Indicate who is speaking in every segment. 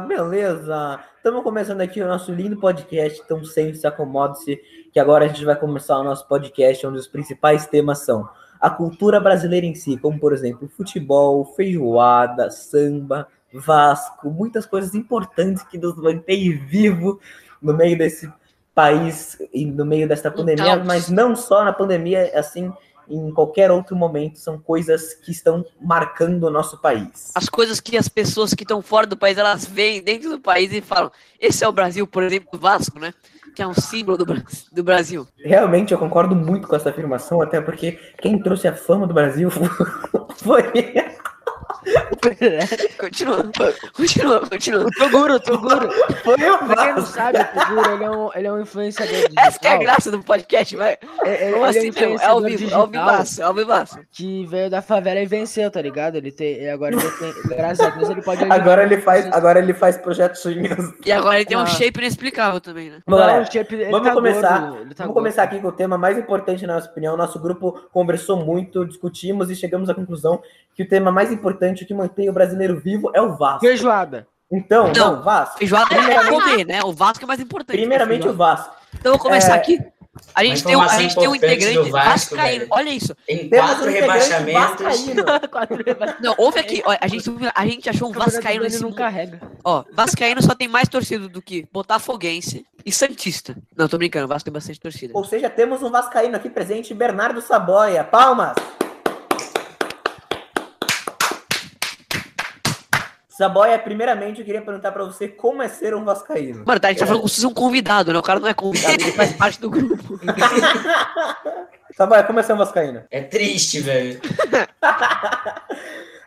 Speaker 1: Beleza! Estamos começando aqui o nosso lindo podcast, então sente-se, acomode-se, que agora a gente vai começar o nosso podcast, onde os principais temas são a cultura brasileira em si, como por exemplo futebol, feijoada, samba, Vasco, muitas coisas importantes que nos mantém vivo no meio desse país e no meio desta pandemia,
Speaker 2: Então.
Speaker 1: mas não só na pandemia, assim, em qualquer outro momento, são coisas que estão marcando o nosso país.
Speaker 2: As coisas que as pessoas que estão fora do país, elas veem dentro do país e falam, esse é o Brasil, por exemplo, do Vasco, né? Que é um símbolo do, Bra- do Brasil.
Speaker 1: Realmente, eu concordo muito com essa afirmação, até porque quem trouxe a fama do Brasil foi.
Speaker 2: Continua, continua, continua.
Speaker 3: Toguro, Toguro.
Speaker 1: Foi o
Speaker 3: Pra quem não
Speaker 1: Vasco.
Speaker 3: sabe, o Toguro ele é, um, ele é um influenciador digital.
Speaker 2: Essa que é a graça do podcast, vai.
Speaker 3: Ele, ele
Speaker 2: Como
Speaker 3: é um
Speaker 2: assim, meu? É ao
Speaker 3: influenciador
Speaker 2: vivo, é
Speaker 3: digital
Speaker 2: ao vivaço, é ao vivaço.
Speaker 3: que veio da favela e venceu, tá ligado? Ele tem, ele agora ele tem, graças a Deus ele pode...
Speaker 1: Agora ele faz, agora ele faz projetinhos.
Speaker 2: E agora ele tem um
Speaker 3: Ah.
Speaker 2: shape inexplicável também, né?
Speaker 3: Não,
Speaker 1: Vamos, galera,
Speaker 3: o Shape, ele
Speaker 1: vamos
Speaker 3: tá
Speaker 1: começar.
Speaker 3: gordo, ele tá
Speaker 1: Vamos
Speaker 3: gordo.
Speaker 1: começar aqui com o tema mais importante, na nossa opinião. Nosso grupo conversou muito, discutimos e chegamos à conclusão que o tema mais importante, o que mantém o brasileiro vivo, é o Vasco.
Speaker 3: Feijoada.
Speaker 1: Então,
Speaker 2: Não.
Speaker 1: não, Vasco.
Speaker 2: Feijoada é
Speaker 1: Primeiramente-
Speaker 2: comer, né? O Vasco é mais importante.
Speaker 1: Primeiramente o Vasco.
Speaker 2: Então eu vou começar
Speaker 1: É,
Speaker 2: aqui. A gente,
Speaker 4: uma
Speaker 2: tem um, a
Speaker 4: informação
Speaker 2: gente tem um
Speaker 4: importante do
Speaker 2: integrante
Speaker 4: Vasco,
Speaker 2: vascaíno.
Speaker 4: velho.
Speaker 2: Olha isso.
Speaker 4: Tem
Speaker 1: Temos
Speaker 4: quatro
Speaker 1: um integrante
Speaker 4: rebaixamentos.
Speaker 1: vascaíno.
Speaker 2: Não, ouve aqui. ó, a, gente, a gente achou um vascaíno
Speaker 3: ele
Speaker 2: nesse
Speaker 3: não
Speaker 2: mundo.
Speaker 3: carrega.
Speaker 2: Ó, vascaíno só tem mais torcida do que botafoguense e santista. Não, tô brincando. O Vasco tem bastante torcida.
Speaker 1: Ou seja, temos um vascaíno aqui presente, Bernardo Saboia. Palmas! Saboia, primeiramente eu queria perguntar pra você como é ser um vascaíno.
Speaker 2: Mano, tá, a gente tá falando como se fosse um convidado, né? O cara não é convidado, ele faz parte do grupo.
Speaker 1: Saboia, como é ser um vascaíno?
Speaker 4: É triste, velho.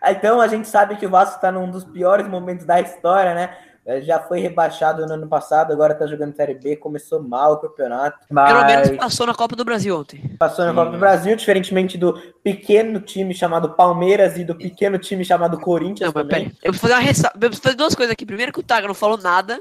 Speaker 1: Então a gente sabe que o Vasco está num dos piores momentos da história, né? Eh, Já foi rebaixado no ano passado, agora tá jogando Série B, começou mal o campeonato.
Speaker 2: Pelo menos
Speaker 1: Mas
Speaker 2: passou na Copa do Brasil ontem.
Speaker 1: passou na Copa do Brasil, diferentemente do pequeno time chamado Palmeiras e do pequeno time chamado Corinthians
Speaker 2: Não, mas pera,
Speaker 1: também.
Speaker 2: aí, eu preciso fazer uma ressalva. Eu preciso fazer duas coisas aqui. Primeiro, que o Taga não falou nada.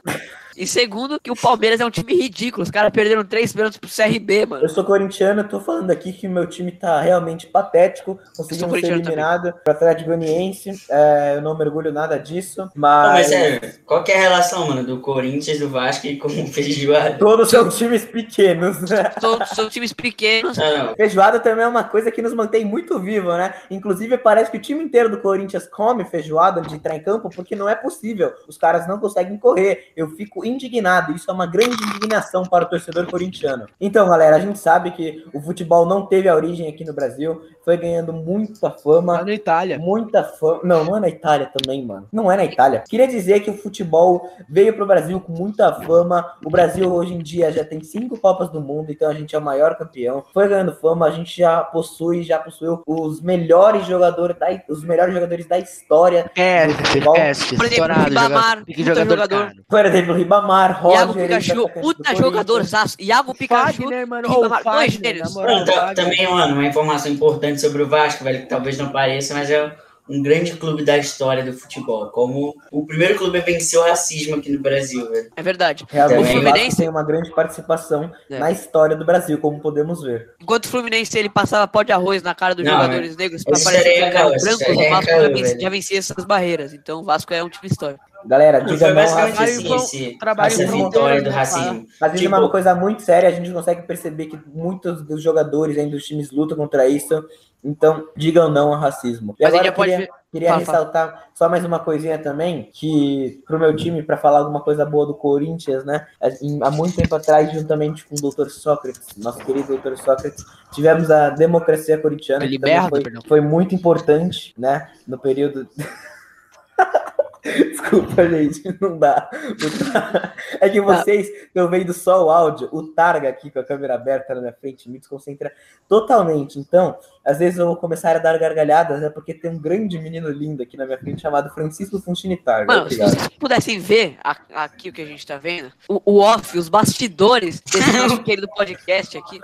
Speaker 2: E segundo, que o Palmeiras é um time ridículo. Os caras perderam três pênaltis pro CRB, mano.
Speaker 1: Eu sou corintiano, tô falando aqui que meu time tá realmente patético, conseguimos ser
Speaker 2: corintiano também.
Speaker 1: eliminado para Atlético Goianiense. eh, eu não mergulho nada disso, mas,
Speaker 4: Não, mas é, qual que é a relação, mano, do Corinthians, do Vasco e com o feijoada?
Speaker 1: todos são times pequenos, né?
Speaker 2: São, são times pequenos.
Speaker 4: Ah, não.
Speaker 1: Feijoada também é uma coisa que nos mantém muito vivo, né? Inclusive, parece que o time inteiro do Corinthians come feijoada de entrar em campo, porque não é possível. Os caras não conseguem correr. Eu fico indignado. Isso é uma grande indignação para o torcedor corintiano. Então, galera, a gente sabe que o futebol não teve a origem aqui no Brasil. Foi ganhando muita
Speaker 3: Lá
Speaker 1: fama.
Speaker 3: no Itália.
Speaker 1: Muita fama. Não, não é na Itália também, mano. Não é na Itália. Queria dizer que o futebol veio pro Brasil com muita fama. O Brasil hoje em dia já tem cinco Copas do Mundo, então a gente é o maior campeão. Foi ganhando fama, a gente já possui, já possuiu os melhores jogadores da, os melhores jogadores da história.
Speaker 3: É,
Speaker 1: futebol.
Speaker 3: é,
Speaker 2: Por exemplo, o Ribamar,
Speaker 3: um
Speaker 2: puta jogador.
Speaker 1: Por exemplo, Ribamar, Roger.
Speaker 2: Iago Pikachu,
Speaker 1: atacante do
Speaker 2: puta
Speaker 1: Corinthians.
Speaker 2: jogador, Iago Pikachu.
Speaker 3: Fagner, mano.
Speaker 2: e
Speaker 3: Ô,
Speaker 2: Ribamar, dois
Speaker 3: Fagner,
Speaker 2: gênios.
Speaker 3: na moral,
Speaker 4: Mano, tá-
Speaker 3: Fagner.
Speaker 4: também, mano, uma informação importante sobre o Vasco, velho, que talvez não pareça, mas é um grande clube da história do futebol. Como o primeiro clube a vencer o racismo aqui no Brasil, velho.
Speaker 2: É verdade.
Speaker 1: Realmente,
Speaker 4: O
Speaker 1: o Vasco
Speaker 2: Fluminense-
Speaker 1: tem uma grande participação
Speaker 2: É.
Speaker 1: na história do Brasil, como podemos ver.
Speaker 2: Enquanto o Fluminense ele passava pó de arroz na cara dos
Speaker 4: Não, é.
Speaker 2: jogadores negros pra
Speaker 4: esse
Speaker 2: parecer que
Speaker 4: seria,
Speaker 2: eram
Speaker 4: cara, esse
Speaker 2: brancos,
Speaker 4: seria,
Speaker 2: o Vasco
Speaker 4: cara,
Speaker 2: já, venci-
Speaker 4: velho.
Speaker 2: já vencia essas barreiras. Então o Vasco é um time histórico.
Speaker 1: Galera,
Speaker 4: Foi
Speaker 1: diga não ao
Speaker 4: basicamente
Speaker 3: Rafael,
Speaker 4: assim,
Speaker 3: vão-
Speaker 4: esse,
Speaker 3: trabalho
Speaker 4: essa
Speaker 1: fronteiro,
Speaker 4: vitória do
Speaker 3: né,
Speaker 4: racismo.
Speaker 1: Mas isso é uma
Speaker 4: Tipo-
Speaker 1: coisa muito séria, a gente consegue perceber que muitos dos jogadores ainda dos times lutam contra isso. Então, digam não ao racismo. E
Speaker 2: Mas
Speaker 1: agora
Speaker 2: a gente
Speaker 1: eu
Speaker 2: já pode
Speaker 1: queria,
Speaker 2: ver.
Speaker 1: queria
Speaker 2: Fala, fala.
Speaker 1: ressaltar só mais uma coisinha também, que pro meu time, para falar alguma coisa boa do Corinthians, né? Em- Há muito tempo atrás, juntamente com o Dr. Sócrates, nosso querido Dr. Sócrates, tivemos a democracia corintiana, que também
Speaker 3: Liberta,
Speaker 1: foi,
Speaker 3: perdão.
Speaker 1: foi muito importante, né? No período. Desculpa, gente, não dá. Não dá. É que vocês estão vendo só o áudio, o Targa aqui com a câmera aberta na minha frente me desconcentra totalmente. Então, às vezes eu vou começar a dar gargalhadas, né? Porque tem um grande menino lindo aqui na minha frente chamado Francisco Funchini
Speaker 4: É
Speaker 1: Targa.
Speaker 2: Mano, se
Speaker 1: Obrigado.
Speaker 2: vocês pudessem ver a- aqui o que a gente tá vendo, o, o off, os bastidores desse nosso querido podcast aqui,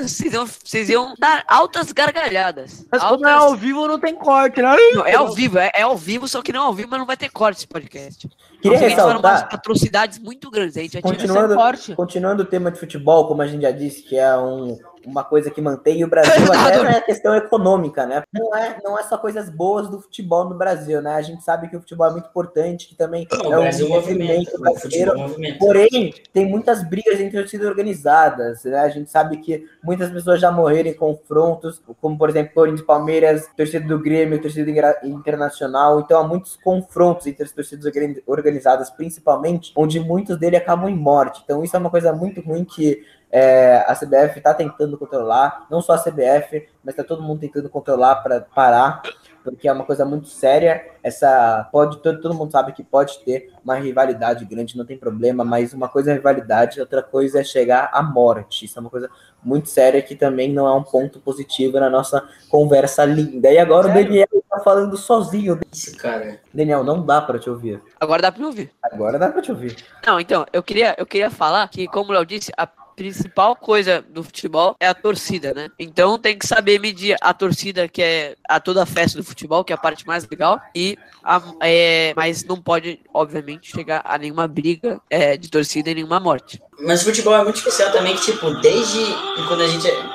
Speaker 2: vocês iam, vocês iam dar altas gargalhadas.
Speaker 3: Mas como
Speaker 2: altas...
Speaker 3: é ao vivo, não tem corte, né?
Speaker 2: Não, é ao vivo, é, é ao vivo, só que não é ao vivo, mas não vai ter corte esse podcast.
Speaker 1: Queria
Speaker 2: Porque foram umas
Speaker 1: ressaltar.
Speaker 2: atrocidades muito grandes. A gente já tinha
Speaker 1: Continuando,
Speaker 3: Sem corte.
Speaker 1: continuando o tema de futebol, como a gente já disse, que é um uma coisa que mantém o Brasil até na questão econômica, né? Não é, não é só coisas boas do futebol no Brasil, né? A gente sabe que o futebol é muito importante, que também
Speaker 4: Não,
Speaker 1: é
Speaker 4: o
Speaker 1: um
Speaker 4: Brasil movimenta.
Speaker 1: movimento
Speaker 4: né? O futebol é um
Speaker 1: brasileiro.
Speaker 4: movimenta.
Speaker 1: Porém, tem muitas brigas entre torcidas organizadas, né? A gente sabe que muitas pessoas já morreram em confrontos, como por exemplo, Corinthians, Palmeiras, torcida do Grêmio, torcida ingra- internacional. Então há muitos confrontos entre as torcidas organi- organizadas, principalmente, onde muitos deles acabam em morte. Então isso é uma coisa muito ruim que é, a CBF está tentando controlar, não só a CBF, mas está todo mundo tentando controlar para parar, porque é uma coisa muito séria. Essa pode todo, todo mundo sabe que pode ter uma rivalidade grande, não tem problema, mas uma coisa é rivalidade, outra coisa é chegar à morte. Isso é uma coisa muito séria que também não é um ponto positivo na nossa conversa linda. E agora o
Speaker 4: Sério?
Speaker 1: Daniel está falando sozinho.
Speaker 4: Isso, cara.
Speaker 1: Daniel, não dá para te ouvir.
Speaker 2: Agora dá pra me ouvir.
Speaker 1: Agora dá para te ouvir.
Speaker 2: Não, então, eu queria, eu queria falar que, como o Léo disse, a principal coisa do futebol é a torcida, né? Então tem que saber medir a torcida, que é a toda a festa do futebol, que é a parte mais legal, e a- é, mas não pode, obviamente, chegar a nenhuma briga é, de torcida e nenhuma morte.
Speaker 4: Mas o futebol é muito especial também, que, tipo, desde quando a gente. é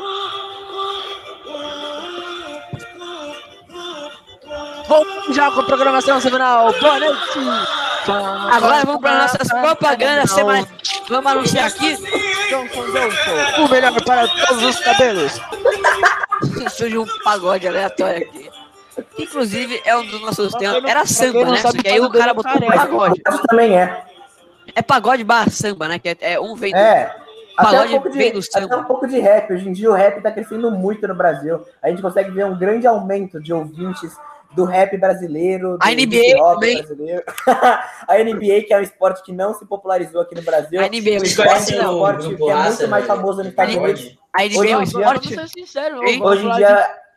Speaker 3: Vamos já com a programação semanal. Boa noite.
Speaker 2: Agora vamos para nossas propagandas semanais. Vamos anunciar aqui.
Speaker 3: Johnson Johnson, o melhor para todos os cabelos.
Speaker 2: Surge um pagode aleatório aqui. Que, inclusive, é um dos nossos
Speaker 3: Pra
Speaker 2: temas.
Speaker 3: quem não-
Speaker 2: Era
Speaker 3: pra quem
Speaker 2: samba,
Speaker 3: não
Speaker 2: né? Só
Speaker 3: sabe,
Speaker 2: que aí o
Speaker 3: pagode
Speaker 2: cara
Speaker 3: é
Speaker 2: botou um
Speaker 3: careca.
Speaker 2: pagode.
Speaker 1: Isso também é.
Speaker 2: É pagode barra samba, né? Que é, é um vem do
Speaker 1: É. Até um,
Speaker 2: Pagode
Speaker 1: pouco de,
Speaker 2: vem do samba.
Speaker 1: até um pouco de rap. Hoje em dia o rap tá crescendo muito no Brasil. A gente consegue ver um grande aumento de ouvintes do rap brasileiro. Do
Speaker 2: A NBA
Speaker 1: hip hop
Speaker 2: também.
Speaker 1: brasileiro. a NBA, que é um esporte que não se popularizou aqui no Brasil.
Speaker 2: A NBA,
Speaker 1: O
Speaker 2: o
Speaker 4: Vocês
Speaker 1: esporte
Speaker 4: conhecem
Speaker 1: é um
Speaker 4: o
Speaker 1: esporte que
Speaker 4: grupo
Speaker 1: é
Speaker 4: Raça?
Speaker 1: muito mais
Speaker 4: velho?
Speaker 1: famoso nos Estados
Speaker 4: Pagode?
Speaker 1: Unidos.
Speaker 2: a
Speaker 1: Hoje
Speaker 2: NBA é um
Speaker 1: em dia-
Speaker 2: esporte.
Speaker 3: Vamos ser sinceros.
Speaker 2: Hein?
Speaker 3: vamos
Speaker 1: Hoje em
Speaker 3: falar
Speaker 1: dia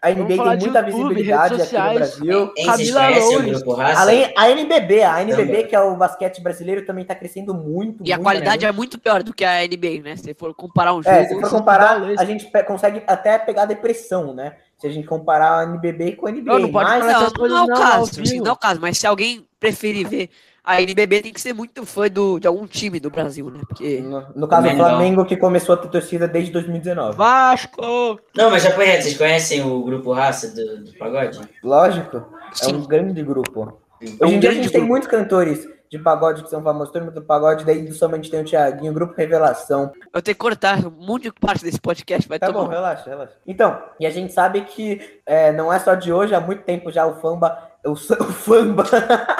Speaker 1: a
Speaker 3: vamos
Speaker 1: NBA
Speaker 3: falar
Speaker 1: tem
Speaker 3: de
Speaker 1: muita
Speaker 3: YouTube,
Speaker 1: visibilidade aqui
Speaker 3: redes
Speaker 1: no
Speaker 3: sociais. né?
Speaker 1: Brasil.
Speaker 4: Hein, vocês
Speaker 3: Camila
Speaker 4: conhecem o
Speaker 3: Loures.
Speaker 4: grupo Raça?
Speaker 1: Além, a NBB, a NBB,
Speaker 4: Também.
Speaker 1: que é o basquete brasileiro, também tá crescendo muito.
Speaker 2: E a
Speaker 1: muito,
Speaker 2: qualidade
Speaker 1: né?
Speaker 2: é muito pior do que a NBA, né? Se for comparar um jogo.
Speaker 1: É, se for
Speaker 3: São
Speaker 1: comparar,
Speaker 3: Paulo,
Speaker 1: a gente pe- consegue até pegar depressão, né? Se a gente comparar a NBB com a NBA.
Speaker 3: Não, não pode
Speaker 1: mas
Speaker 3: falar
Speaker 2: não,
Speaker 3: essas coisas
Speaker 2: não é o
Speaker 3: não,
Speaker 2: caso,
Speaker 3: ao
Speaker 2: assim,
Speaker 3: vivo.
Speaker 2: não é o caso, mas se alguém preferir ver a NBB, tem que ser muito fã do, de algum time do Brasil, né? Porque
Speaker 1: no, no caso do
Speaker 4: Mengão.
Speaker 1: Flamengo, que começou a ter torcida desde 2019.
Speaker 3: Vasco.
Speaker 4: Não, mas já conhece, vocês conhecem o grupo Raça do, do pagode?
Speaker 1: Lógico, é
Speaker 2: Sim.
Speaker 1: um grande grupo.
Speaker 4: É
Speaker 1: Hoje em dia a
Speaker 2: grande
Speaker 1: gente tem
Speaker 2: grupo.
Speaker 1: muitos cantores de pagode que são famosos, todo mundo do pagode, daí do samba a gente tem o Thiaguinho, Grupo Revelação,
Speaker 2: eu tenho que cortar um monte de parte desse podcast, vai
Speaker 1: Tá
Speaker 2: tomar. um.
Speaker 1: bom, relaxa, relaxa. Então, e a gente sabe que é, não é só de hoje, há muito tempo já o Famba. O, sa- o Famba.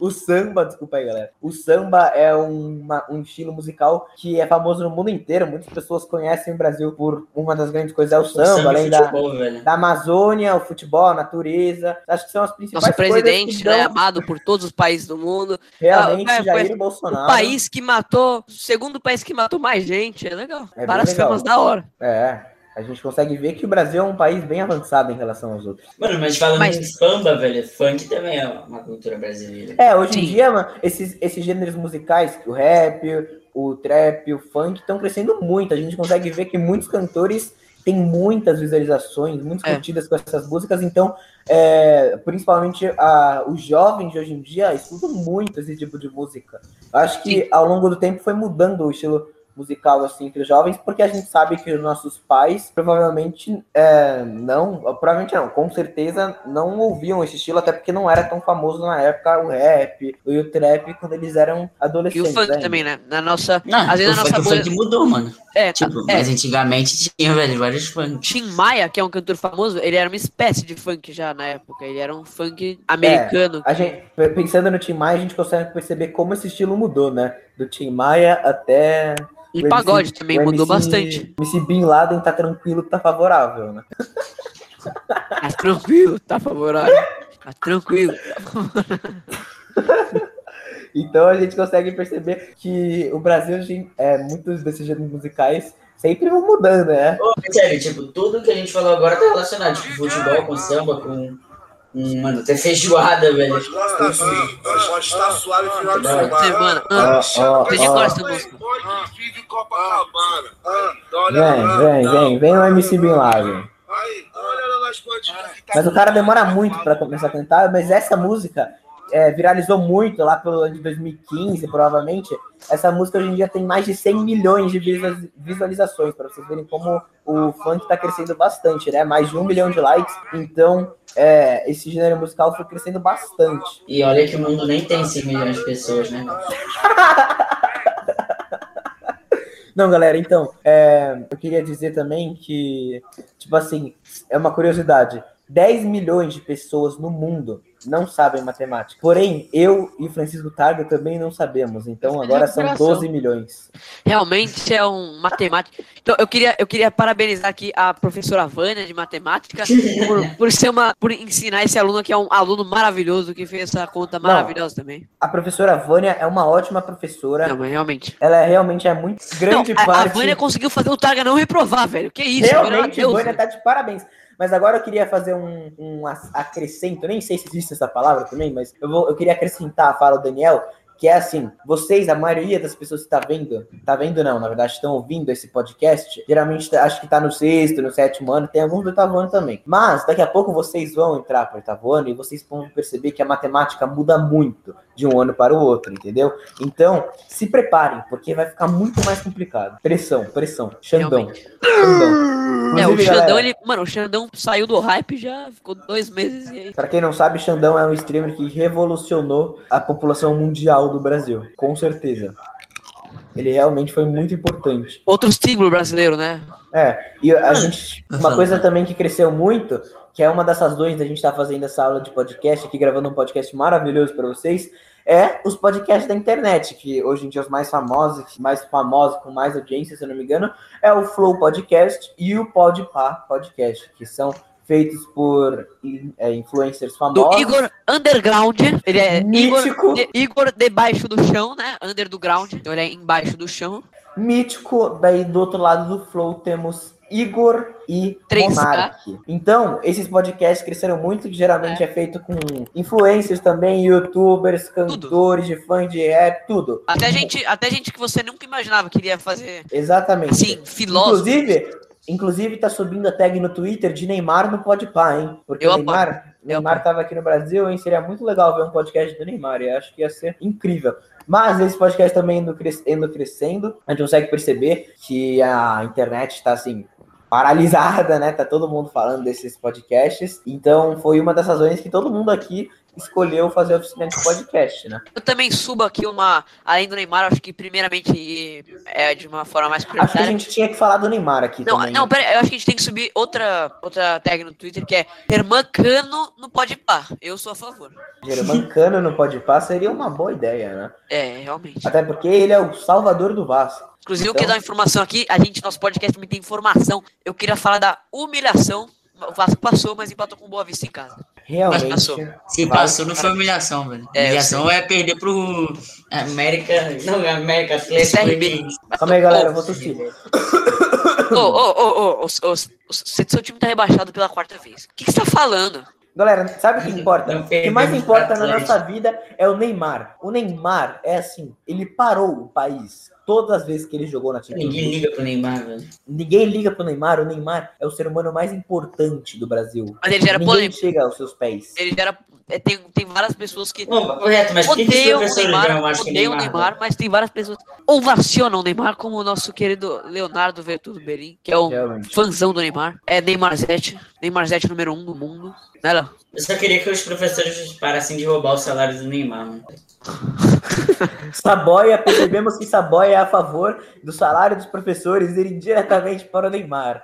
Speaker 1: o samba, desculpa aí, galera. O samba é uma- um estilo musical que é famoso no mundo inteiro. Muitas pessoas conhecem o Brasil por uma das grandes coisas, é o samba, além da,
Speaker 4: futebol, velho.
Speaker 1: da Amazônia, o futebol, a natureza. Acho que são as principais
Speaker 2: Nosso
Speaker 1: coisas
Speaker 2: presidente,
Speaker 1: que dão
Speaker 2: né? Amado por todos os países do mundo.
Speaker 1: realmente
Speaker 2: Ah, é,
Speaker 1: Jair
Speaker 2: foi-
Speaker 1: Bolsonaro.
Speaker 2: O país que matou, o segundo país que matou mais gente. É legal.
Speaker 1: bem
Speaker 2: Várias
Speaker 1: legal.
Speaker 2: famas da hora.
Speaker 1: É. A gente consegue ver que o Brasil é um país bem avançado em relação aos outros.
Speaker 4: Mano, mas falando
Speaker 2: Mas-
Speaker 4: em samba, velho, funk também é uma cultura brasileira.
Speaker 1: É, hoje em
Speaker 2: Sim.
Speaker 1: dia, mano, esses, esses gêneros musicais, o rap, o trap, o funk, estão crescendo muito. A gente consegue ver que muitos cantores têm muitas visualizações, muitas
Speaker 2: É.
Speaker 1: curtidas com essas músicas. Então, é, principalmente a, os jovens de hoje em dia escutam muito esse tipo de música. Eu Acho que ao longo do tempo foi mudando o estilo musical assim entre os jovens, porque a gente sabe que os nossos pais provavelmente é, não, provavelmente não, com certeza não ouviam esse estilo, até porque não era tão famoso na época o rap e o trap quando eles eram
Speaker 2: E
Speaker 1: adolescentes.
Speaker 2: o funk
Speaker 1: né?
Speaker 2: também, né? Na nossa.
Speaker 4: Não,
Speaker 2: Às vezes
Speaker 4: o
Speaker 2: a nossa
Speaker 4: funk, o
Speaker 2: bolha-
Speaker 4: funk mudou, mano.
Speaker 2: É,
Speaker 4: Tipo,
Speaker 2: é,
Speaker 4: mas antigamente tinha, velho, vários funk.
Speaker 2: Tim Maia, que é um cantor famoso, ele era uma espécie de funk já na época. Ele era um funk americano.
Speaker 1: É, A gente, p- pensando no Tim Maia, a gente consegue perceber como esse estilo mudou, né? Do Tim Maia até.
Speaker 2: E
Speaker 1: o
Speaker 2: pagode
Speaker 1: MC
Speaker 2: também
Speaker 1: o
Speaker 2: mudou
Speaker 1: MC
Speaker 2: bastante.
Speaker 1: MC Bin Laden tá tranquilo, tá favorável, né?
Speaker 2: Tá tranquilo, tá favorável. Tá tranquilo. tá favorável.
Speaker 1: Então a gente consegue perceber que o Brasil, hoje, é, muitos desses gêneros musicais sempre vão mudando, né?
Speaker 4: Ô, mas sério, tipo, tudo que a gente falou agora tá relacionado. Tipo, futebol com samba, com. com, mano, até feijoada, velho.
Speaker 5: Pode estar suave, pode estar suave final de
Speaker 4: Final
Speaker 5: semana.
Speaker 2: de semana.
Speaker 5: Ah,
Speaker 1: Ó,
Speaker 2: Vocês decoram
Speaker 1: ó.
Speaker 2: essa música.
Speaker 5: Pode vir de Copacabana. Ah,
Speaker 1: Vem, vem,
Speaker 5: tá.
Speaker 1: vem, vem o MC Bin Laden.
Speaker 5: Aí, olha lá nas bandidas que tá
Speaker 1: Mas o cara demora muito pra começar a cantar, mas essa música é, viralizou muito lá pelo ano de 2015, provavelmente. Essa música hoje em dia tem mais de 100 milhões de visualiza- visualizações, para vocês verem como o funk está crescendo bastante, né? Mais de um milhão de likes. Então, é, esse gênero musical foi crescendo bastante.
Speaker 4: E olha que o mundo nem tem 5 milhões de pessoas, né?
Speaker 1: Não, galera, então, é, eu queria dizer também que, tipo assim, é uma curiosidade. 10 milhões de pessoas no mundo não sabem matemática. Porém, eu e Francisco Targa também não sabemos. Então,
Speaker 3: Isso é
Speaker 1: agora são
Speaker 3: recuperação.
Speaker 1: 12 milhões.
Speaker 2: Realmente é um matemático. Então, eu queria, eu queria parabenizar aqui a professora Vânia de matemática por, por ser uma, por ensinar esse aluno que é um aluno maravilhoso que fez essa conta
Speaker 1: Não.
Speaker 2: maravilhosa também.
Speaker 1: A professora Vânia é uma ótima professora.
Speaker 2: Não, mas realmente.
Speaker 1: Ela é- realmente é muito grande
Speaker 2: Não, a- a,
Speaker 1: parte.
Speaker 2: Vânia conseguiu fazer o Targa não reprovar, velho. Que isso? pelo amor de
Speaker 1: Realmente,
Speaker 2: Deus.
Speaker 1: Vânia tá de parabéns. Mas agora eu queria fazer um, um ac- acrescento, nem sei se existe essa palavra também, mas eu, vou, eu queria acrescentar a fala do Daniel, que é assim, vocês, a maioria das pessoas que tá vendo, tá vendo não, na verdade estão ouvindo esse podcast, geralmente tá- acho que tá no sexto, no sétimo ano, tem alguns do oitavo ano também. Mas daqui a pouco vocês vão entrar pro oitavo ano e vocês vão perceber que a matemática muda muito de um ano para o outro, entendeu? Então, se preparem, porque vai ficar muito mais complicado. Pressão, pressão, Xandão. Xandão.
Speaker 2: É, o
Speaker 1: Inclusive,
Speaker 2: Xandão,
Speaker 1: galera,
Speaker 2: ele, mano, o Xandão saiu do hype já, ficou dois meses e aí.
Speaker 1: Pra quem não sabe, Xandão é um streamer que revolucionou a população mundial do Brasil. Com certeza. Ele realmente foi muito importante.
Speaker 2: Outro símbolo brasileiro, né?
Speaker 1: É, e a gente. Uma
Speaker 2: fala.
Speaker 1: coisa também que cresceu muito, que é uma das razões da gente estar fazendo essa aula de podcast, aqui gravando um podcast maravilhoso pra vocês, é os podcasts da internet, que hoje em dia os mais famosos, mais famosos, com mais audiência, se eu não me engano, é o Flow Podcast e o Podpah Podcast, que são feitos por in- é, influencers
Speaker 2: Do
Speaker 1: famosos.
Speaker 2: Igor Underground. Ele é
Speaker 1: Mítico.
Speaker 2: Igor, de, Igor debaixo do chão, né? Under do ground. Então ele é embaixo do chão.
Speaker 1: Mítico, daí do outro lado do Flow temos Igor e
Speaker 2: 3K.
Speaker 1: Monark. Então, esses podcasts cresceram muito, que geralmente é, feito com influencers também, youtubers, cantores de fã de rap, tudo.
Speaker 2: Até gente, até gente que você nunca imaginava que iria fazer.
Speaker 1: Exatamente.
Speaker 2: Assim, filósofo.
Speaker 1: Inclusive, inclusive tá subindo a tag no Twitter de Neymar no Podpah, hein? Porque
Speaker 2: Eu
Speaker 1: o
Speaker 2: apoio.
Speaker 1: Neymar,
Speaker 2: Eu
Speaker 1: Neymar tava aqui no Brasil, hein? Seria muito legal ver um podcast do Neymar, eu acho que ia ser incrível. Mas esse podcast também indo, cres- indo crescendo, a gente consegue perceber que a internet tá assim paralisada, né? Tá todo mundo falando desses podcasts. Então foi uma das razões que todo mundo aqui escolheu fazer a oficina de podcast, né?
Speaker 2: Eu também subo aqui uma. Além do Neymar, acho que primeiramente e é de uma forma mais
Speaker 1: Acho que a
Speaker 2: prioritária.
Speaker 1: gente tinha que falar do Neymar aqui
Speaker 2: Não,
Speaker 1: também. né?
Speaker 2: não, pera, eu acho que a gente tem que subir outra, outra tag no Twitter que é Termancano no Podpar. Eu sou a favor.
Speaker 1: Germancano no Podpah seria uma boa ideia, né?
Speaker 2: É, realmente.
Speaker 1: Até porque ele é o salvador do Vasco.
Speaker 2: Inclusive, eu
Speaker 1: Então-
Speaker 2: queria dar uma informação aqui. A gente, nosso podcast também tem informação. Eu queria falar da humilhação. O Vasco passou, mas empatou com o Boa Vista em casa.
Speaker 1: Realmente.
Speaker 2: Mas passou.
Speaker 4: Se passou, não foi humilhação, velho.
Speaker 2: É, eu
Speaker 4: humilhação é perder pro América. Não, é América Atlético.
Speaker 2: CRB.
Speaker 1: Calma aí, galera, eu vou tossir.
Speaker 2: Ô, ô, ô, ô, ô, ô, ô, seu seu time tá rebaixado pela quarta vez. O que que você tá falando?
Speaker 1: Galera, sabe o que importa?
Speaker 4: Não
Speaker 1: O que mais
Speaker 4: perdemos
Speaker 1: importa
Speaker 4: pra
Speaker 1: na
Speaker 4: Atlético.
Speaker 1: nossa vida é o Neymar. O Neymar é assim, ele parou o país todas as vezes que ele jogou na
Speaker 4: Ninguém
Speaker 1: time.
Speaker 4: liga pro Neymar, velho.
Speaker 1: Ninguém liga pro Neymar, o Neymar é o ser humano mais importante do Brasil.
Speaker 2: Mas ele já era
Speaker 1: Ninguém
Speaker 2: polêmico.
Speaker 1: chega aos seus pés.
Speaker 2: Ele já era. é, tem, tem várias pessoas que
Speaker 4: Bom, correto, mas por que, que os
Speaker 2: odeiam o
Speaker 4: professores
Speaker 2: Neymar,
Speaker 4: não acham que
Speaker 2: odeiam o Neymar, mas tem várias pessoas que ovacionam o Neymar, como o nosso querido Leonardo Vertudo Berim, que é um
Speaker 1: Realmente.
Speaker 2: fãzão do Neymar. É Neymar Zete. Neymar Zete número um do mundo. Né, Léo?
Speaker 4: Eu só queria que os professores parassem de roubar o salário do Neymar, mano.
Speaker 1: Saboia, percebemos que Saboia é a favor do salário dos professores irem diretamente para o Neymar.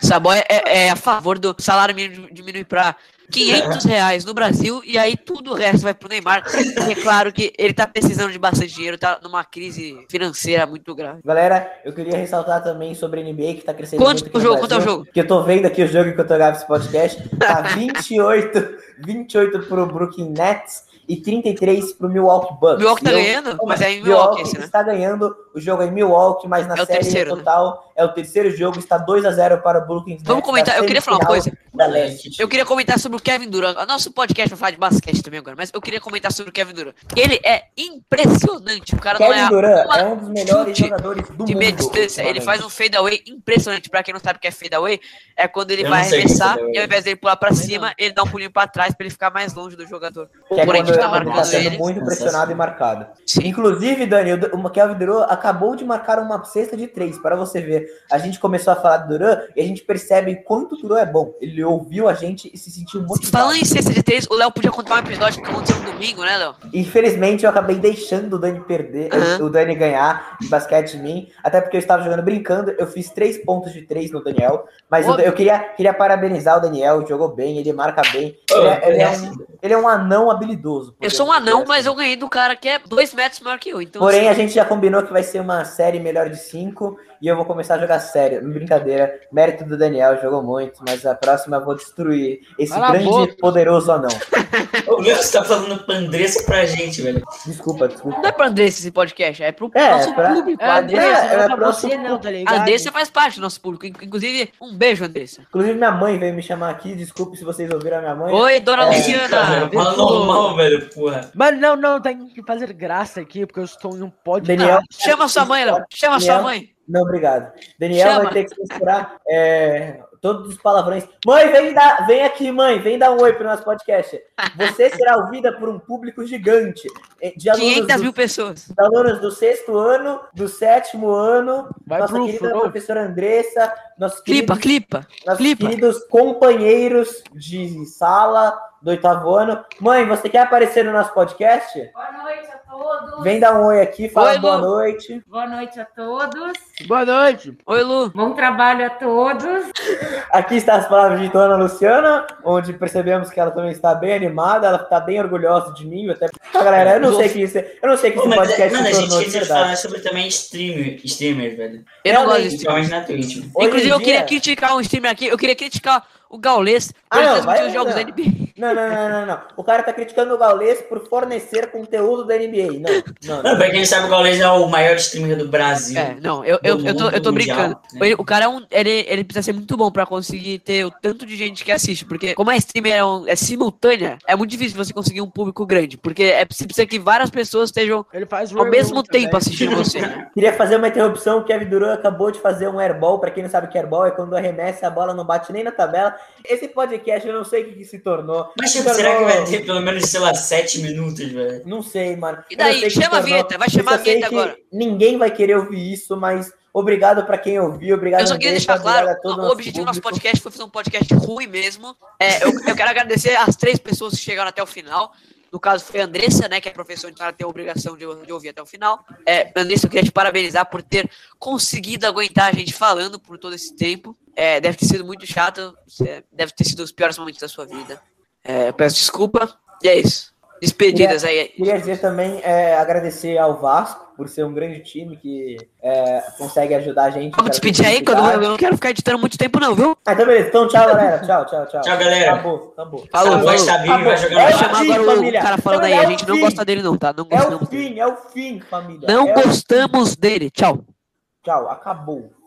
Speaker 2: Saboia é, é a favor do salário mínimo diminuir para
Speaker 1: É.
Speaker 2: 500 reais no Brasil e aí tudo o resto vai pro Neymar. E é claro que ele tá precisando de bastante dinheiro, tá numa crise financeira muito grave.
Speaker 1: Galera, eu queria ressaltar também sobre a NBA que tá crescendo
Speaker 2: Quanto
Speaker 1: muito
Speaker 2: que é
Speaker 1: aqui no
Speaker 2: o jogo? Quanto é o
Speaker 1: Brasil,
Speaker 2: jogo?
Speaker 1: Que eu tô vendo aqui o jogo enquanto eu gravo esse podcast. Tá 28, 28 pro Brooklyn Nets e 33 pro Milwaukee Bucks.
Speaker 2: Milwaukee tá
Speaker 1: E eu-
Speaker 2: ganhando, mas é em
Speaker 1: Milwaukee
Speaker 2: Milwaukee esse, né?
Speaker 1: está ganhando, o jogo é em Milwaukee, mas na
Speaker 2: É o
Speaker 1: série
Speaker 2: terceiro, né?
Speaker 1: total é o terceiro jogo, está 2 a 0 para o Brooklyn Nets.
Speaker 2: Vamos comentar,
Speaker 1: na
Speaker 2: eu queria falar uma
Speaker 1: semifinal Da Leste.
Speaker 2: Eu queria comentar sobre o Kevin Durant. O Nosso podcast vai falar de basquete também agora, mas eu queria comentar sobre o Kevin Durant. Ele é impressionante. O cara não é
Speaker 1: Kevin
Speaker 2: a
Speaker 1: Durant
Speaker 2: uma
Speaker 1: é um dos melhores
Speaker 2: chute
Speaker 1: jogadores do
Speaker 2: de
Speaker 1: mundo.
Speaker 2: meia distância. Ele faz um fadeaway impressionante. Pra quem não sabe o que é fadeaway, é quando ele
Speaker 4: Eu
Speaker 2: vai
Speaker 4: não sei o que é
Speaker 2: arremessar
Speaker 4: fadeaway.
Speaker 2: e ao invés dele pular pra cima, ele dá um pulinho pra trás faz pra ele ficar mais longe do jogador.
Speaker 1: Que é
Speaker 2: O Moretti
Speaker 1: quando
Speaker 2: tá
Speaker 1: ele tá
Speaker 2: marcando
Speaker 1: sendo
Speaker 2: ele.
Speaker 1: muito pressionado e marcado.
Speaker 2: Sim.
Speaker 1: Inclusive, Dani, o Du- o Kelvin Duran acabou de marcar uma cesta de três, para você ver. A gente começou a falar do Duran e a gente percebe quanto o Duran é bom. Ele ouviu a gente e se sentiu
Speaker 4: Um
Speaker 1: motivado.
Speaker 2: Falando em cesta de três, o Léo podia contar um episódio que aconteceu no domingo, né, Léo?
Speaker 1: Infelizmente, eu acabei deixando o Dani perder,
Speaker 2: Aham.
Speaker 1: o Dani ganhar de basquete em mim, até porque eu estava jogando brincando. Eu fiz três pontos de três no Daniel, mas o
Speaker 2: Ô,
Speaker 1: Dan- eu queria, queria parabenizar o Daniel, jogou bem, ele marca bem.
Speaker 4: Ô,
Speaker 1: Ele é, ele é
Speaker 4: Messi,
Speaker 1: um, ele é um anão habilidoso.
Speaker 2: Ah, Eu sou um
Speaker 1: podemos dizer
Speaker 2: anão,
Speaker 1: assim.
Speaker 2: mas eu ganhei do cara que é dois metros maior que eu. Então,
Speaker 1: Porém, a
Speaker 2: assim,
Speaker 1: gente já combinou que vai ser uma série melhor de cinco e eu vou começar a jogar sério. Brincadeira, mérito do Daniel, jogou muito, mas a próxima eu vou destruir esse
Speaker 3: Vai lá,
Speaker 1: grande
Speaker 3: boca.
Speaker 1: poderoso anão.
Speaker 4: Ô, meu, você tá falando pandressa pra gente, velho.
Speaker 1: Desculpa, desculpa.
Speaker 2: não é pra Andressa esse podcast, é pro
Speaker 1: É,
Speaker 2: nosso
Speaker 1: pra-
Speaker 2: público.
Speaker 3: É,
Speaker 2: A
Speaker 3: Andressa,
Speaker 2: Andressa,
Speaker 1: é,
Speaker 3: não é
Speaker 1: é
Speaker 3: pra
Speaker 1: próximo-
Speaker 3: você não, tá ligado?
Speaker 2: a Andressa faz parte do nosso público. In- Inclusive, um beijo, Andressa.
Speaker 1: Inclusive, minha mãe veio me chamar aqui, desculpe se vocês ouviram a minha mãe.
Speaker 2: Oi, dona
Speaker 4: Cara,
Speaker 2: Luciana.
Speaker 4: fala normal, velho, porra.
Speaker 3: Mano, não, não, tem que fazer graça aqui, porque eu estou em um podcast.
Speaker 1: Daniel,
Speaker 2: Chama sua mãe, Léo. Chama sua
Speaker 1: Léo.
Speaker 2: mãe.
Speaker 1: Não, obrigado. Daniel
Speaker 2: Chama.
Speaker 1: vai ter que censurar é, todos os palavrões. Mãe, vem, dar, vem aqui, mãe, vem dar um oi pro nosso podcast. Você será ouvida por um público gigante. eh, De alunos,
Speaker 2: 500
Speaker 1: do,
Speaker 2: mil pessoas.
Speaker 1: de alunos do sexto ano, do sétimo ano,
Speaker 3: Vai
Speaker 1: nossa tá
Speaker 3: pro
Speaker 1: querida
Speaker 3: Flow.
Speaker 1: professora Andressa, nossos,
Speaker 2: Clipa,
Speaker 1: queridos,
Speaker 2: clipa.
Speaker 1: nossos
Speaker 2: clipa.
Speaker 1: queridos companheiros de sala do oitavo ano. Mãe, você quer aparecer no nosso podcast?
Speaker 6: Boa noite a todos.
Speaker 1: Vem dar um oi aqui, fala
Speaker 2: Oi, Lu.
Speaker 1: boa noite.
Speaker 6: Boa noite a todos.
Speaker 3: Boa noite.
Speaker 2: Oi, Lu.
Speaker 6: Bom trabalho a todos.
Speaker 1: Aqui está as palavras de Dona Luciana, onde percebemos que ela também está bem animada, ela está bem orgulhosa de mim, até porque, galera, eu não sei que isso, é- eu não sei que
Speaker 4: Pô,
Speaker 1: esse
Speaker 4: mas,
Speaker 1: podcast
Speaker 4: mano, a
Speaker 1: se
Speaker 4: gente
Speaker 1: tornou de
Speaker 4: esqueceu de
Speaker 1: verdade.
Speaker 4: falar sobre também streamer, streamer velho.
Speaker 2: Eu não gosto
Speaker 1: Realmente.
Speaker 2: de streamer.
Speaker 4: Principalmente na Twitch. mano.
Speaker 1: Hoje em
Speaker 2: Inclusive, eu
Speaker 1: dia-
Speaker 2: queria criticar um streamer aqui. Eu queria criticar o Gaules
Speaker 1: Ah,
Speaker 2: por
Speaker 1: não,
Speaker 2: transmitir
Speaker 1: vai
Speaker 2: os jogos da
Speaker 1: não.
Speaker 2: NBA.
Speaker 1: Não, não, não, não, não. O cara tá criticando o Gaules por fornecer conteúdo da NBA. Não, não,
Speaker 4: Mano,
Speaker 1: não.
Speaker 4: pra quem não sabe, o Gaules é o maior streamer do Brasil.
Speaker 2: É, não, eu, eu, eu tô, eu tô
Speaker 4: Do mundo
Speaker 2: brincando.
Speaker 4: mundial, né?
Speaker 2: Ele- o cara é um, ele, ele precisa ser muito bom pra conseguir ter o tanto de gente que assiste. Porque, como a streamer é, um- é simultânea, é muito difícil você conseguir um público grande. Porque é, você precisa que várias pessoas estejam
Speaker 3: Ele faz
Speaker 2: ao mesmo
Speaker 3: workout,
Speaker 2: tempo
Speaker 3: né?
Speaker 2: assistindo você.
Speaker 1: Queria fazer uma interrupção, o Kevin Durant acabou de fazer um airball, pra quem não sabe o que é airball é quando arremessa, a bola não bate nem na tabela. Esse podcast eu não sei o que, que se tornou.
Speaker 4: Mas
Speaker 1: Se
Speaker 4: tipo, será que
Speaker 1: tornou-
Speaker 4: vai ter pelo menos, sei lá, 7 minutos, velho?
Speaker 1: Não sei, mano.
Speaker 2: E
Speaker 1: Eu não
Speaker 2: daí?
Speaker 1: sei que
Speaker 2: Chama
Speaker 1: tornou.
Speaker 2: a vinheta, vai chamar
Speaker 1: Eu só sei
Speaker 2: a vinheta
Speaker 1: que
Speaker 2: agora.
Speaker 1: Ninguém vai querer ouvir isso, mas obrigado pra quem ouviu, obrigado
Speaker 2: Eu só queria
Speaker 1: Andressa,
Speaker 2: deixar claro,
Speaker 1: obrigado a todo
Speaker 2: o
Speaker 1: nosso
Speaker 2: objetivo do nosso
Speaker 1: público.
Speaker 2: podcast foi fazer um podcast ruim mesmo. É, eu, eu quero agradecer às três pessoas que chegaram até o final. No caso, foi a Andressa, né, que é professora, então ela tem a obrigação de, de ouvir até o final. É, Andressa, eu queria te parabenizar por ter conseguido aguentar a gente falando por todo esse tempo. É, deve ter sido muito chato, é, deve ter sido os piores momentos da sua vida. É, eu peço desculpa, e é isso. Despedidas aí.
Speaker 1: Queria dizer também, é, agradecer ao Vasco por ser um grande time que é, consegue ajudar a gente.
Speaker 2: Vamos despedir aí, que eu não, eu não quero ficar editando muito tempo não, viu?
Speaker 1: Ah, então beleza. Então tchau, galera. Tchau, tchau, tchau.
Speaker 4: Tchau, galera.
Speaker 1: Acabou, acabou.
Speaker 2: Falou, falou.
Speaker 4: Essa voz tá viva e vai
Speaker 1: Acabou.
Speaker 4: jogar
Speaker 2: Vai
Speaker 1: É o
Speaker 4: no
Speaker 2: chamar
Speaker 1: fim,
Speaker 2: agora o
Speaker 1: família.
Speaker 2: cara falando aí,
Speaker 1: É
Speaker 2: a
Speaker 1: o
Speaker 2: gente não
Speaker 1: fim.
Speaker 2: gosta dele não, tá? Não
Speaker 1: É
Speaker 2: gostamos
Speaker 1: o
Speaker 2: dele.
Speaker 1: fim, é o fim, família.
Speaker 2: Não
Speaker 1: é o...
Speaker 2: gostamos dele. Tchau.
Speaker 1: Tchau, acabou.